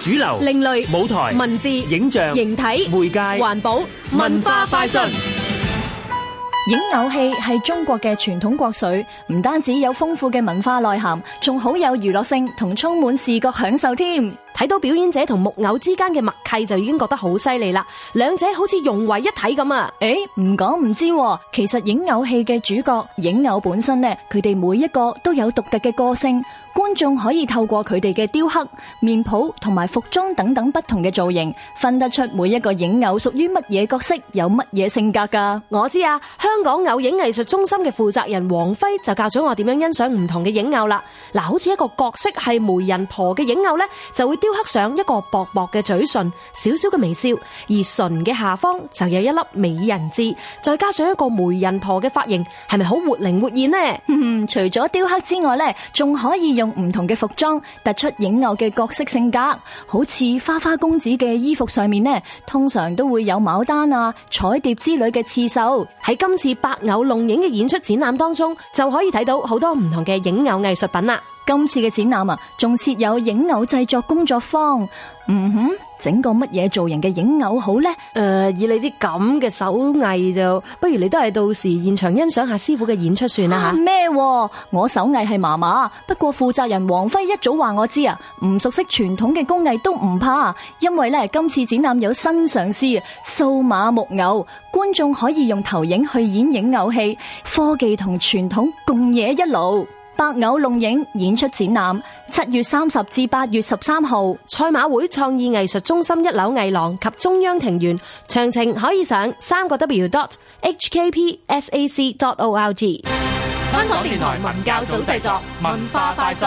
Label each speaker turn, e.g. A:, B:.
A: 主流、
B: 另類
A: 舞台、
B: 文字、
A: 影像、
B: 形體、
A: 媒介、
B: 環保、文化快訊。
C: 影偶戲係中國嘅傳統國粹，唔單止有豐富嘅文化內涵，仲好有娛樂性同充滿視覺享受添。
D: 睇到表演者同木偶之間嘅默契就已經覺得好犀利啦，兩者好似融為一體咁啊！
C: 誒，唔講唔知喎，其實影偶戲嘅主角影偶本身呢，佢哋每一個都有獨特嘅個性，觀眾可以透過佢哋嘅雕刻、面譜同埋服裝等等不同嘅造型，分得出每一個影偶屬於乜嘢角色，有乜嘢性格㗎。
D: 我知啊，香港偶影藝術中心嘅負責人黃輝就教咗我點樣欣賞唔同嘅影偶啦。嗱，好似一個角色係媒人婆嘅影偶呢，就會雕刻上一個薄薄嘅嘴唇、少少嘅微笑，而唇嘅下方就有一粒美人痣，再加上一個媒人婆嘅髮型，係咪好活靈活現呢？
C: 嗯， 除咗雕刻之外咧，仲可以用唔同嘅服裝突出影偶嘅角色性格。好似花花公子嘅衣服上面呢，通常都會有牡丹啊、彩蝶之類嘅刺繡。
D: 喺今次百偶弄影嘅演出展覽當中，就可以睇到好多唔同嘅影偶藝術品啦。
C: 今次嘅展覽啊，仲設有影偶製作工作坊。嗯哼，整個乜嘢造型嘅影偶好呢？
D: 誒、呃以你啲咁嘅手藝就，不如你都係到時現場欣賞下師傅嘅演出算啦
C: 啊咩喎？我手藝係麻麻，不過負責人黃輝一早話我知啊，唔熟悉傳統嘅工藝都唔怕，因為咧今次展覽有新嘗試啊，數碼木偶，觀眾可以用投影去演影偶戲，科技同傳統共嘢一路。百偶弄影演出展覽，七月三十至八月十三號。
D: 賽馬會創意藝術中心一樓藝廊及中央庭園，詳情可以上三個 W dot HKPSAC dot org。
B: 香港電台文教組製作，文化快訊。